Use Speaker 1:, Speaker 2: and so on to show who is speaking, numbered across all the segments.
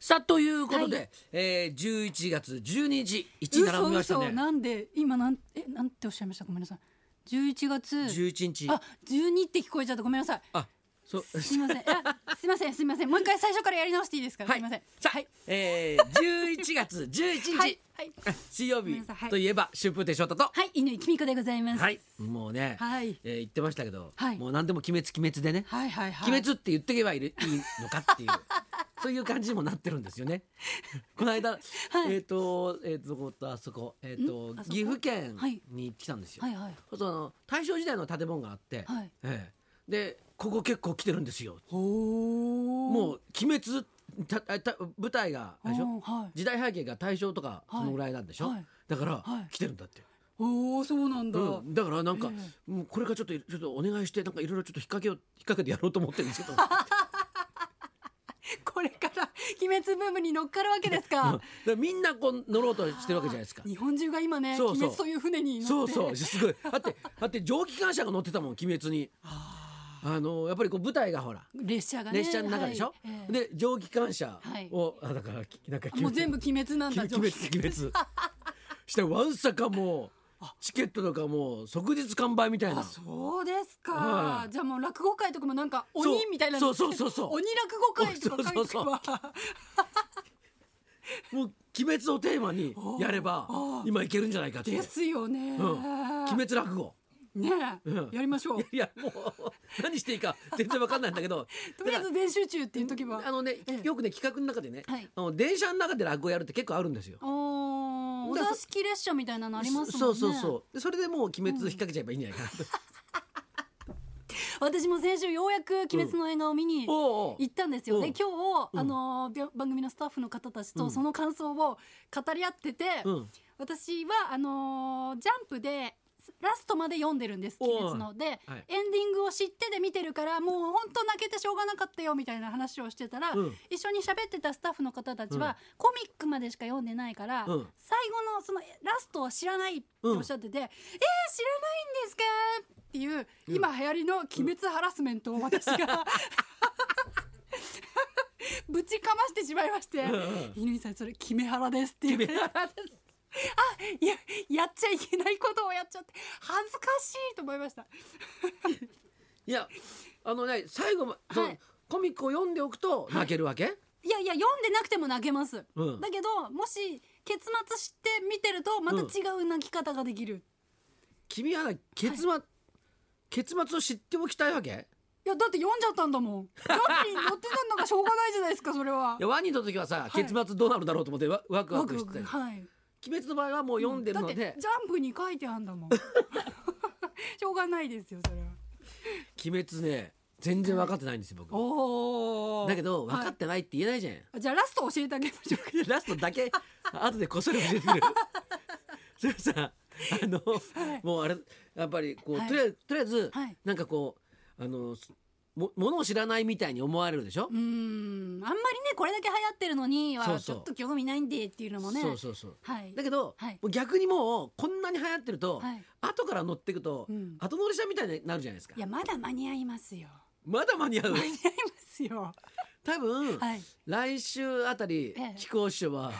Speaker 1: さあということで、えー、11月12日1並びました
Speaker 2: 嘘嘘
Speaker 1: ね
Speaker 2: なんで今なんえなんておっしゃいましたごめんなさい。11月
Speaker 1: 11日
Speaker 2: あ12って聞こえちゃったごめんなさい。
Speaker 1: あそう
Speaker 2: すいま せん。あすいませんすいませんもう一回最初からやり直していいですか。すいません。
Speaker 1: さあ、
Speaker 2: はい
Speaker 1: えー、11月11日、
Speaker 2: はいはい
Speaker 1: 水曜
Speaker 2: ごめん
Speaker 1: 日
Speaker 2: なさいはい
Speaker 1: といえば春風亭昇太と
Speaker 2: はい犬井美子でございます。
Speaker 1: はい、もうね、
Speaker 2: はい
Speaker 1: えー言ってましたけど、
Speaker 2: はい
Speaker 1: もう何でも鬼滅鬼滅でね、
Speaker 2: はいはいはい。
Speaker 1: 鬼滅って言ってけばいるいいのか っていうそういう感じにもなってるんですよね。 この間、えっ、とえっ、とどことあそこえっ、
Speaker 2: ん
Speaker 1: と
Speaker 2: あそこ
Speaker 1: 岐阜県
Speaker 2: はい
Speaker 1: に行ってきたんですよ。
Speaker 2: はいはい
Speaker 1: そうするとあの大正時代の建物があって、
Speaker 2: はい
Speaker 1: ええでここ結構来てるんですよ。
Speaker 2: ほ
Speaker 1: もう鬼滅たた舞台があれでしょ
Speaker 2: おーはい
Speaker 1: 時代背景が大正とか
Speaker 2: はい
Speaker 1: そのぐらいなんでしょ、
Speaker 2: はい
Speaker 1: だから、
Speaker 2: はい
Speaker 1: 来てるんだって。
Speaker 2: おおそうなんだ。
Speaker 1: うん、だからなんか、
Speaker 2: え
Speaker 1: もうこれからちょっとちょっとお願いしてなんかいろいろちょっと引っ掛けを引っ掛けてやろうと思ってるん ですけどう
Speaker 2: これから鬼滅ブームに乗っかるわけです
Speaker 1: んだ
Speaker 2: か
Speaker 1: か。らみんなこう乗ろうとしてるわけじゃないです か。
Speaker 2: 日本中が今ね
Speaker 1: そうそう
Speaker 2: 鬼滅という船に乗
Speaker 1: そ
Speaker 2: っ
Speaker 1: う
Speaker 2: て。
Speaker 1: そうすごいだってだって蒸気機関車が乗ってたもん鬼滅に。あのやっぱりこう舞台がほら
Speaker 2: 列車がね。
Speaker 1: 列車の中でしょ、
Speaker 2: はいええ
Speaker 1: で蒸気機関車
Speaker 2: はい
Speaker 1: を、あだからきなんか
Speaker 2: あもう全部鬼滅なんだ。
Speaker 1: 鬼滅鬼滅 してわんさかもうチケットとかもう即日完売みたいな。
Speaker 2: そうですか、
Speaker 1: はい
Speaker 2: じゃあもう落語会とかもなんか
Speaker 1: そう
Speaker 2: 鬼みたいな
Speaker 1: そ
Speaker 2: の
Speaker 1: うそうそうそう
Speaker 2: 鬼落語会とか書いては
Speaker 1: そうそうもう鬼滅をテーマにやれば今いけるんじゃないかって。
Speaker 2: ですよね、
Speaker 1: うん、鬼滅落語。
Speaker 2: ねえ、
Speaker 1: うん
Speaker 2: やりまし ょう
Speaker 1: いやもう何していいか全然わかんないんだけど。
Speaker 2: とりあえず練習中っていう時は
Speaker 1: あのね
Speaker 2: ええ
Speaker 1: よくね企画の中でね、
Speaker 2: はい
Speaker 1: あの電車の中で落語やるって結構あるんですよ。
Speaker 2: おーお座敷列車みたいなのありますも
Speaker 1: そ
Speaker 2: んね
Speaker 1: うそうそう。でそれでもう鬼滅引っ掛けちゃえばいいんじゃないかな。
Speaker 2: 私も先週ようやく鬼滅の映画を見に行
Speaker 1: おうおう
Speaker 2: ったんですよ、
Speaker 1: うん
Speaker 2: で今日、あのびょ番組のスタッフの方たちとその感想を語り合ってて、
Speaker 1: うん
Speaker 2: 私はあのージャンプでラストまで読んでるんです
Speaker 1: お
Speaker 2: 鬼
Speaker 1: ー
Speaker 2: 滅ので、
Speaker 1: はい
Speaker 2: エンディングを知ってで見てるからもう本当泣けてしょうがなかったよみたいな話をしてたら、
Speaker 1: うん
Speaker 2: 一緒に喋ってたスタッフの方たちは、
Speaker 1: うん
Speaker 2: コミックまでしか読んでないから、
Speaker 1: うん
Speaker 2: 最後のそのラストを知らないっておっしゃってて、えー、知らないんですかっていう今流行りの鬼滅ハラスメントを私が、 ぶちかましてしまいまして
Speaker 1: ん
Speaker 2: 「乾、さんそれキメハラです」っていう。いややっちゃいけないことをやっちゃって恥ずかしいと思いました
Speaker 1: いやあのね最後ま、そのコミックを読んでおくと泣けるわけ。
Speaker 2: いやいや読んでなくても泣けます、
Speaker 1: うん
Speaker 2: だけどもし結末知って見てるとまた違う泣き方ができる、
Speaker 1: 君はね結末、結末を知っておきたいわけ。
Speaker 2: いやだって読んじゃったんだもんだって乗ってたんだからしょうがないじゃないですかそれはい
Speaker 1: やワニの時はさ、
Speaker 2: はい
Speaker 1: 結末どうなるだろうと思ってわワクワ
Speaker 2: ワ
Speaker 1: ク
Speaker 2: ク
Speaker 1: し
Speaker 2: ワ
Speaker 1: てた
Speaker 2: ク
Speaker 1: よ
Speaker 2: はい
Speaker 1: 鬼滅の場合はもう読んでる
Speaker 2: だっ
Speaker 1: の
Speaker 2: て
Speaker 1: で、
Speaker 2: ジャンプに書いてあんだもん しょうがないですよそれは
Speaker 1: 鬼滅ね全然分かってないんですよ僕
Speaker 2: お
Speaker 1: だけど分かってないって言えないじゃん、
Speaker 2: じゃあラスト教えてあげましょうか
Speaker 1: ラストだ け後でこっそり教えてくれるそれさあの、
Speaker 2: はい
Speaker 1: もうあれやっぱりこう、
Speaker 2: はい
Speaker 1: とりあえずとりあえず、
Speaker 2: はい
Speaker 1: なんかこうあのもものを知らないみたいに思われるでしょ
Speaker 2: う、ーんあんまりねこれだけ流行ってるのには
Speaker 1: そう
Speaker 2: ち
Speaker 1: そう
Speaker 2: ょっと興味ないんでっていうのもね
Speaker 1: そうそうそう
Speaker 2: はい
Speaker 1: だけど、
Speaker 2: はい
Speaker 1: もう逆にもうこんなに流行ってると、
Speaker 2: はい
Speaker 1: 後から乗ってくと、
Speaker 2: うん
Speaker 1: 後乗り車みたいになるじゃないですか
Speaker 2: いやまだ間に合いますよ
Speaker 1: まだ間に合う
Speaker 2: 間に合いますよ
Speaker 1: 多分、
Speaker 2: はい
Speaker 1: 来週あたり
Speaker 2: ええ
Speaker 1: 貴公子師匠は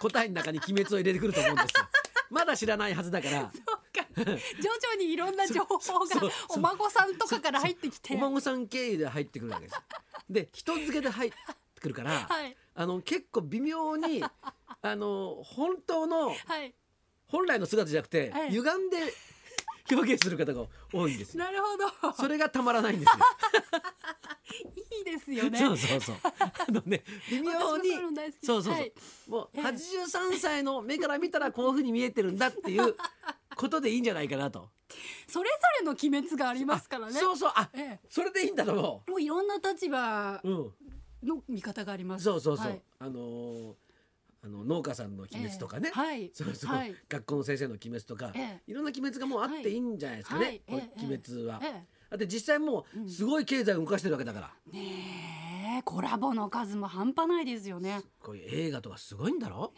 Speaker 1: 答えの中に鬼滅を入れてくると思うん ですよまだ知らないはずだから
Speaker 2: そうか徐々にいろんな情報
Speaker 1: そ
Speaker 2: が
Speaker 1: うそう
Speaker 2: お孫さんとかから入ってきて
Speaker 1: お孫さん経由で入ってくるわけですよで人付けで入ってくるから、
Speaker 2: はい
Speaker 1: あの結構微妙にあの本当の
Speaker 2: はい
Speaker 1: 本来の姿じゃなくて、
Speaker 2: ええ
Speaker 1: 歪んで表現する方が多いんですよ
Speaker 2: なるほど
Speaker 1: それがたまらないんですよ
Speaker 2: いいですよね
Speaker 1: そうそうそう。あの ね、微妙に
Speaker 2: 私もそういうの大好き。
Speaker 1: そうそうそう。
Speaker 2: はい
Speaker 1: もう
Speaker 2: ええ
Speaker 1: 八十三歳の目から見たらこういう風に見えてるんだっていうことでいいんじゃないかなと。
Speaker 2: それぞれの鬼滅がありますからね
Speaker 1: そうそう。あ、
Speaker 2: え
Speaker 1: それでいいんだと思
Speaker 2: もういろんな立場
Speaker 1: う。うん。
Speaker 2: の見方があります
Speaker 1: そうそうそう。
Speaker 2: はい
Speaker 1: あのーあの農家さんの鬼滅とかね。
Speaker 2: ええはい
Speaker 1: そうそう、
Speaker 2: はい
Speaker 1: 学校の先生の鬼滅とか、
Speaker 2: え
Speaker 1: いろんな鬼滅がもうあっていいんじゃないですかね。
Speaker 2: はい
Speaker 1: これ
Speaker 2: ええ
Speaker 1: 鬼滅は。
Speaker 2: ええ
Speaker 1: だって実際もうすごい経済を動かしてるわけだから。
Speaker 2: ねえコラボの数も半端ないですよね
Speaker 1: こういう映画とかすごいんだろ。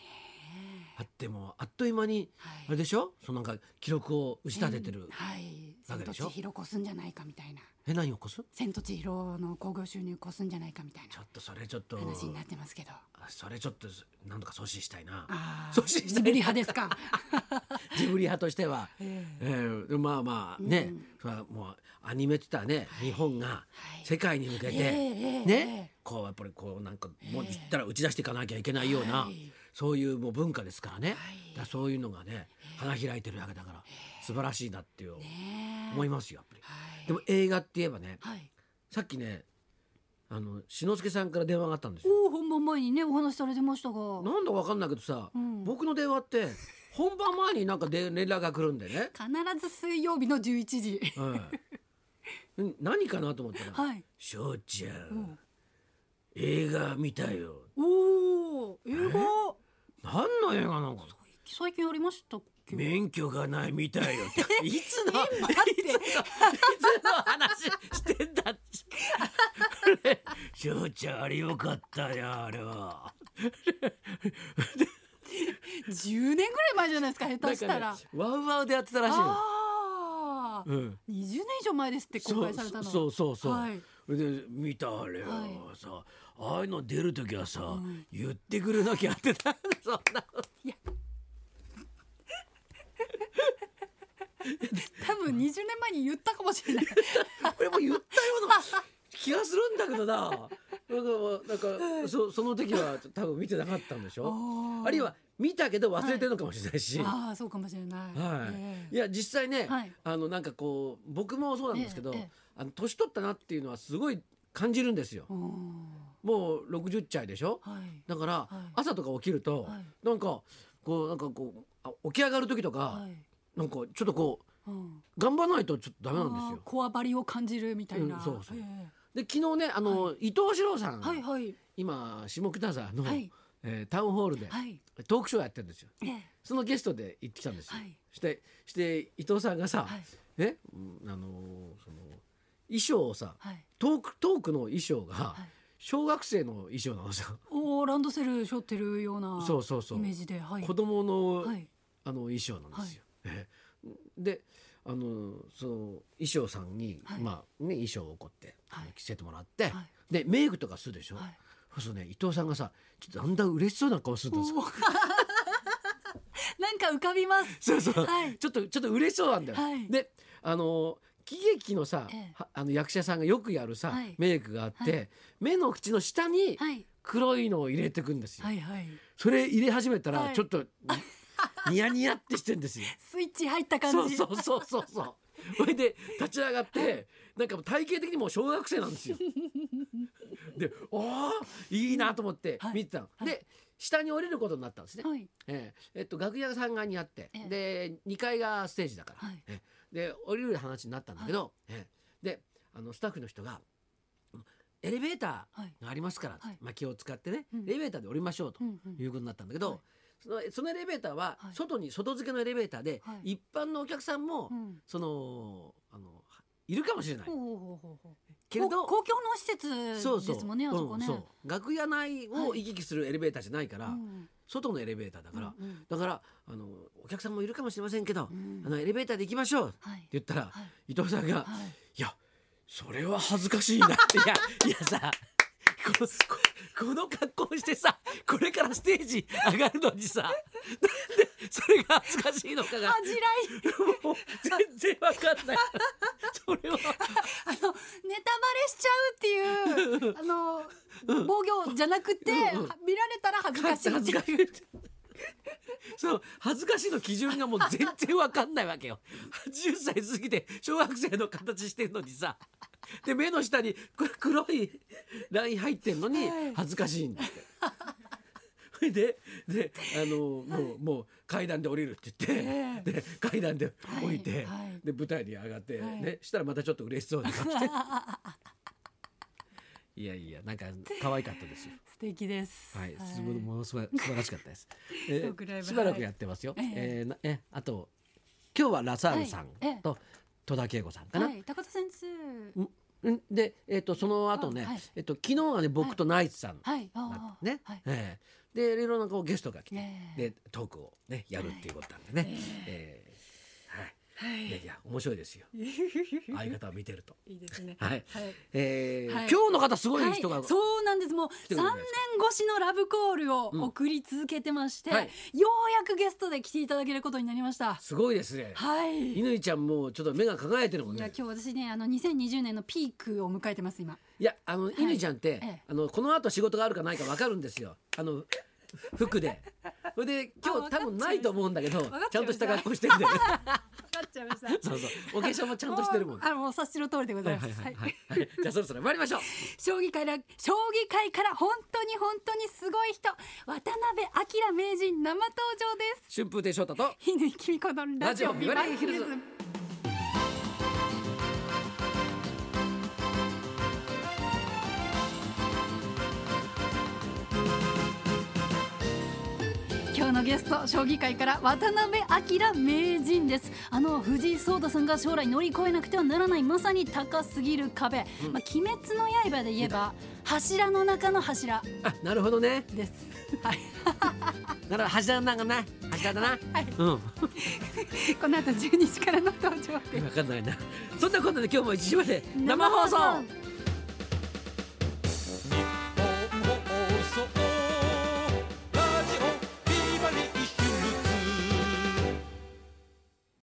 Speaker 1: あってもうあっという間に
Speaker 2: はい
Speaker 1: あれでしょそのなんか記録を打ち立ててる
Speaker 2: はい
Speaker 1: わけでしょ
Speaker 2: 千と千尋越すんじゃないかみたいな
Speaker 1: ええ何を起こす
Speaker 2: 千と千尋の興行収入越すんじゃないかみたい
Speaker 1: ちょ
Speaker 2: な
Speaker 1: っとそれちょっと
Speaker 2: 話になってますけど。
Speaker 1: それちょっと何とか阻止したいな
Speaker 2: あ
Speaker 1: 阻
Speaker 2: あ、
Speaker 1: 止したい
Speaker 2: ジブリ派ですか。
Speaker 1: ジブリ派としては、
Speaker 2: え
Speaker 1: えーまあまあね、それはもうアニメって言ったらね、日本が
Speaker 2: い
Speaker 1: 世界に向けて、
Speaker 2: ええええ
Speaker 1: ね
Speaker 2: え、
Speaker 1: こうやっぱりこうなんかもう言ったら打ち出していかなきゃいけないような、
Speaker 2: はい
Speaker 1: そういうもう文化ですからね、
Speaker 2: はい
Speaker 1: だからそういうのがね花開いてるわけだから、素晴らしいなっていう
Speaker 2: ねえ
Speaker 1: 思いますよやっぱり。
Speaker 2: はい。
Speaker 1: でも映画って言えばね
Speaker 2: はい。
Speaker 1: さっきねあの篠介さんから電話があったんですよ。
Speaker 2: おお、本番前にね、お話しされてましたが。
Speaker 1: なんだかわかんないけどさ、
Speaker 2: うん
Speaker 1: 僕の電話って本番前になんかで連絡が来るんだよね。
Speaker 2: 必ず水曜日の11時。
Speaker 1: はいん何かなと思ったら
Speaker 2: はい。
Speaker 1: 「翔ちゃ
Speaker 2: うん
Speaker 1: ん映画見たよ
Speaker 2: おお、映画。」
Speaker 1: 何の映画なのか
Speaker 2: 最近ありましたっけ。
Speaker 1: 免許がないみたいよっていつのいつのいつの話してんだ って翔ちゃんあれよかったよあれは
Speaker 2: 10年ぐらい前じゃないですか、下手したら。
Speaker 1: なんかねワウワウでやってたらしいの
Speaker 2: ああ、
Speaker 1: うん
Speaker 2: 20年以上前ですって公開されたの。
Speaker 1: そうそうそうそう、
Speaker 2: はい
Speaker 1: で見たあれは
Speaker 2: はい
Speaker 1: さ、ああいうの出る時はさ、
Speaker 2: ん
Speaker 1: 言ってくれなきゃってたそん なこと
Speaker 2: 多分20年前に言ったかもし れない。
Speaker 1: これも言ったような気がするんだけどな。なんかなんかそその時は多分見てなかったんでしょ。
Speaker 2: あー
Speaker 1: あるいは見たけど忘れてるのかもしれないし。は
Speaker 2: ああ、そうかもしれない。
Speaker 1: い。
Speaker 2: え
Speaker 1: い
Speaker 2: え
Speaker 1: や実際ね、
Speaker 2: はい
Speaker 1: あのなんかこう僕もそうなんですけど、
Speaker 2: ええええ
Speaker 1: あの年取ったなっていうのはすごい感じるんですよ。
Speaker 2: お
Speaker 1: もう六十歳でしょ。
Speaker 2: ーはい。
Speaker 1: だから、
Speaker 2: い
Speaker 1: 朝とか起きると、
Speaker 2: はい
Speaker 1: なんかこうなんかこうあ起き上がる時とか、
Speaker 2: はい。
Speaker 1: なんかちょっとこう
Speaker 2: うん。
Speaker 1: 頑張らないとちょっとダメなんですよ
Speaker 2: あー。こわばりを感じるみたいな。
Speaker 1: うんそうそう
Speaker 2: え
Speaker 1: で昨日ねあの、伊藤四郎さん
Speaker 2: えはいはい。
Speaker 1: 今下北沢の、
Speaker 2: はい
Speaker 1: えータウンホールで
Speaker 2: はい。
Speaker 1: トークショーやってるんですよ
Speaker 2: ええ
Speaker 1: そのゲストで行ってきたんですよ、
Speaker 2: はい
Speaker 1: してして伊藤さんがさ、
Speaker 2: はい
Speaker 1: ね、うんあのーその衣装をさ
Speaker 2: はい。
Speaker 1: トークトークの衣装が
Speaker 2: はい
Speaker 1: 小学生の衣装なのさ、
Speaker 2: おーランドセル背負ってるような
Speaker 1: そうそうそう
Speaker 2: イメージで、はい、
Speaker 1: 子供の,、
Speaker 2: はい
Speaker 1: あの衣装なんですよ。ええであのその衣装さんに、
Speaker 2: はい
Speaker 1: まあね、衣装を送って、
Speaker 2: はい
Speaker 1: 着せてもらって、
Speaker 2: は
Speaker 1: でメイクとかするでしょ、
Speaker 2: はい
Speaker 1: そうするとね伊藤さんがさちょっとだんだん嬉しそうな顔するんですよ。
Speaker 2: おーなんか浮かびます。
Speaker 1: そうそう、
Speaker 2: はい
Speaker 1: ちょっとちょっと嬉しそうなんだよ。
Speaker 2: はい
Speaker 1: であの喜劇のさ、
Speaker 2: ええ
Speaker 1: はあの役者さんがよくやるさ、
Speaker 2: はい
Speaker 1: メイクがあって、
Speaker 2: は
Speaker 1: 目の口の下に
Speaker 2: はい
Speaker 1: 黒いのを入れてくんですよ。
Speaker 2: はいはい。
Speaker 1: それ入れ始めたら、
Speaker 2: はい
Speaker 1: ちょっ とニヤニヤってしてんですよ。
Speaker 2: スイッチ入った感
Speaker 1: そう
Speaker 2: じ。
Speaker 1: そうそうそうそう。それで立ち上がってなんかもう体型的にもう小学生なんですよ。でおーいいなと思って
Speaker 2: はい
Speaker 1: 見てたの。
Speaker 2: はい
Speaker 1: で下に降りることになったんですね。
Speaker 2: はい
Speaker 1: えええっと楽屋が3階にあって、
Speaker 2: ええ
Speaker 1: で2階がステージだから、
Speaker 2: はい
Speaker 1: ええで降りる話になったんだけど、ええであのスタッフの人がうん「エレベータ
Speaker 2: はい。
Speaker 1: ーがありますから、
Speaker 2: はい
Speaker 1: まあ、気を使ってね、
Speaker 2: うん
Speaker 1: エレベーターで降りましょう」と
Speaker 2: う
Speaker 1: い
Speaker 2: んうん
Speaker 1: うことになったんだけど、
Speaker 2: はい
Speaker 1: そのそのエレベーターは
Speaker 2: はい
Speaker 1: 外に外付けのエレベーターで、
Speaker 2: はい
Speaker 1: 一般のお客さんも、
Speaker 2: うん
Speaker 1: そのあのいるかもしれない
Speaker 2: ほうほうほうほうほう。
Speaker 1: けれど
Speaker 2: こ公共の施設ですもんねあそこね。
Speaker 1: うんそう楽屋内を行き来するエレベーターじゃないから、
Speaker 2: うん
Speaker 1: 外のエレベーターだから。
Speaker 2: うんうん
Speaker 1: だからあのお客さんもいるかもしれませんけど、
Speaker 2: うん
Speaker 1: あのエレベーターで行きましょうって
Speaker 2: はい
Speaker 1: 言ったら、
Speaker 2: はい
Speaker 1: 伊藤さんが、
Speaker 2: はい
Speaker 1: い、やそれは恥ずかしいなっていやいやさこここの格好してさこれからステージ上がるのにさなんでそれが恥ずかしいのかが
Speaker 2: 恥じらい。
Speaker 1: もう全然わかんないそれは
Speaker 2: あのネタバレしちゃうっていうあの防御じゃなくて
Speaker 1: うんうん
Speaker 2: は見られたら恥ずかしいっていう。
Speaker 1: い そう恥ずかしいの基準がもう全然わかんないわけよ80歳過ぎて小学生の形してるのにさで目の下にこれ黒いライン入ってんのに
Speaker 2: はい
Speaker 1: 恥ずかしいんだって。それでであの、もうもう階段で降りるって言って、で階段で降りて、
Speaker 2: はいはい
Speaker 1: で舞台に上がって、
Speaker 2: はい
Speaker 1: ねしたらまたちょっと嬉しそう に顔していやいやなんか可愛かったですよ。
Speaker 2: 素敵です。
Speaker 1: はい、すごいものすば素晴らしか ったです。え
Speaker 2: トークライ
Speaker 1: ー、
Speaker 2: ブ
Speaker 1: しばらくやってますよ。
Speaker 2: はい
Speaker 1: えーなえあと今日はラサールさん
Speaker 2: はいええ
Speaker 1: と戸田恵子さんかな。
Speaker 2: はい、高田先生。
Speaker 1: んんでえっ、とその後ね、
Speaker 2: あはい
Speaker 1: えっ、と昨日がね僕とナイツさんだっ
Speaker 2: はい、
Speaker 1: た、
Speaker 2: ああ
Speaker 1: ね、
Speaker 2: はい、
Speaker 1: ええでいろんなこうゲストが来て、
Speaker 2: ええ
Speaker 1: でトークをねやるっていうことなんでね。ええはいいやいや面白いですよ相方を見てると
Speaker 2: いいですね。
Speaker 1: はい
Speaker 2: はい。
Speaker 1: えー
Speaker 2: はい
Speaker 1: 今日の方すごい人が、
Speaker 2: はい、そうなんですもう
Speaker 1: てく
Speaker 2: 3
Speaker 1: れ
Speaker 2: 年
Speaker 1: るんです
Speaker 2: 越しのラブコールを
Speaker 1: うん
Speaker 2: 送り続けてまして、
Speaker 1: はい
Speaker 2: ようやくゲストで来ていただけることになりました
Speaker 1: すごいですね
Speaker 2: はいい
Speaker 1: 乾ちゃんもうちょっと目が輝いてるもん
Speaker 2: や
Speaker 1: ね
Speaker 2: 今日私ねあの2020年のピークを迎えてます今
Speaker 1: いやあの乾、ちゃんって、
Speaker 2: ええ
Speaker 1: あのこの後仕事があるかないか分かるんですよあの服でそれで今
Speaker 2: あ
Speaker 1: 日多
Speaker 2: 分かっちゃう
Speaker 1: 分ないと思うんだけど
Speaker 2: かっち
Speaker 1: ちゃ
Speaker 2: ゃう
Speaker 1: んとした格好してるん だよね
Speaker 2: 分かっちゃいましたち
Speaker 1: そうそうお化粧もちゃんとしてるもん
Speaker 2: あのもう察しの通りでござ
Speaker 1: はいい
Speaker 2: ます、
Speaker 1: はいはい
Speaker 2: は
Speaker 1: はいい、はい、じゃあそろそろ参りましょう
Speaker 2: 将棋界ら将棋界から本当に本当にすごい人渡辺明名人生登場です
Speaker 1: 春風亭昇太と
Speaker 2: 乾きみこのラジ
Speaker 1: ラジ
Speaker 2: オ
Speaker 1: オビバリーヒルズ
Speaker 2: 今日のゲスト将棋界から渡辺明名人ですあの藤井聡太さんが将来乗り越えなくてはならないまさに高すぎる壁、まあ鬼滅の刃で言えば柱の中の柱
Speaker 1: あなるほどね
Speaker 2: ですはい
Speaker 1: なら柱なんかな柱だな、
Speaker 2: はい
Speaker 1: うん
Speaker 2: この後12時からの登場です
Speaker 1: 分かんないなそんなことで今日も1時まで生放送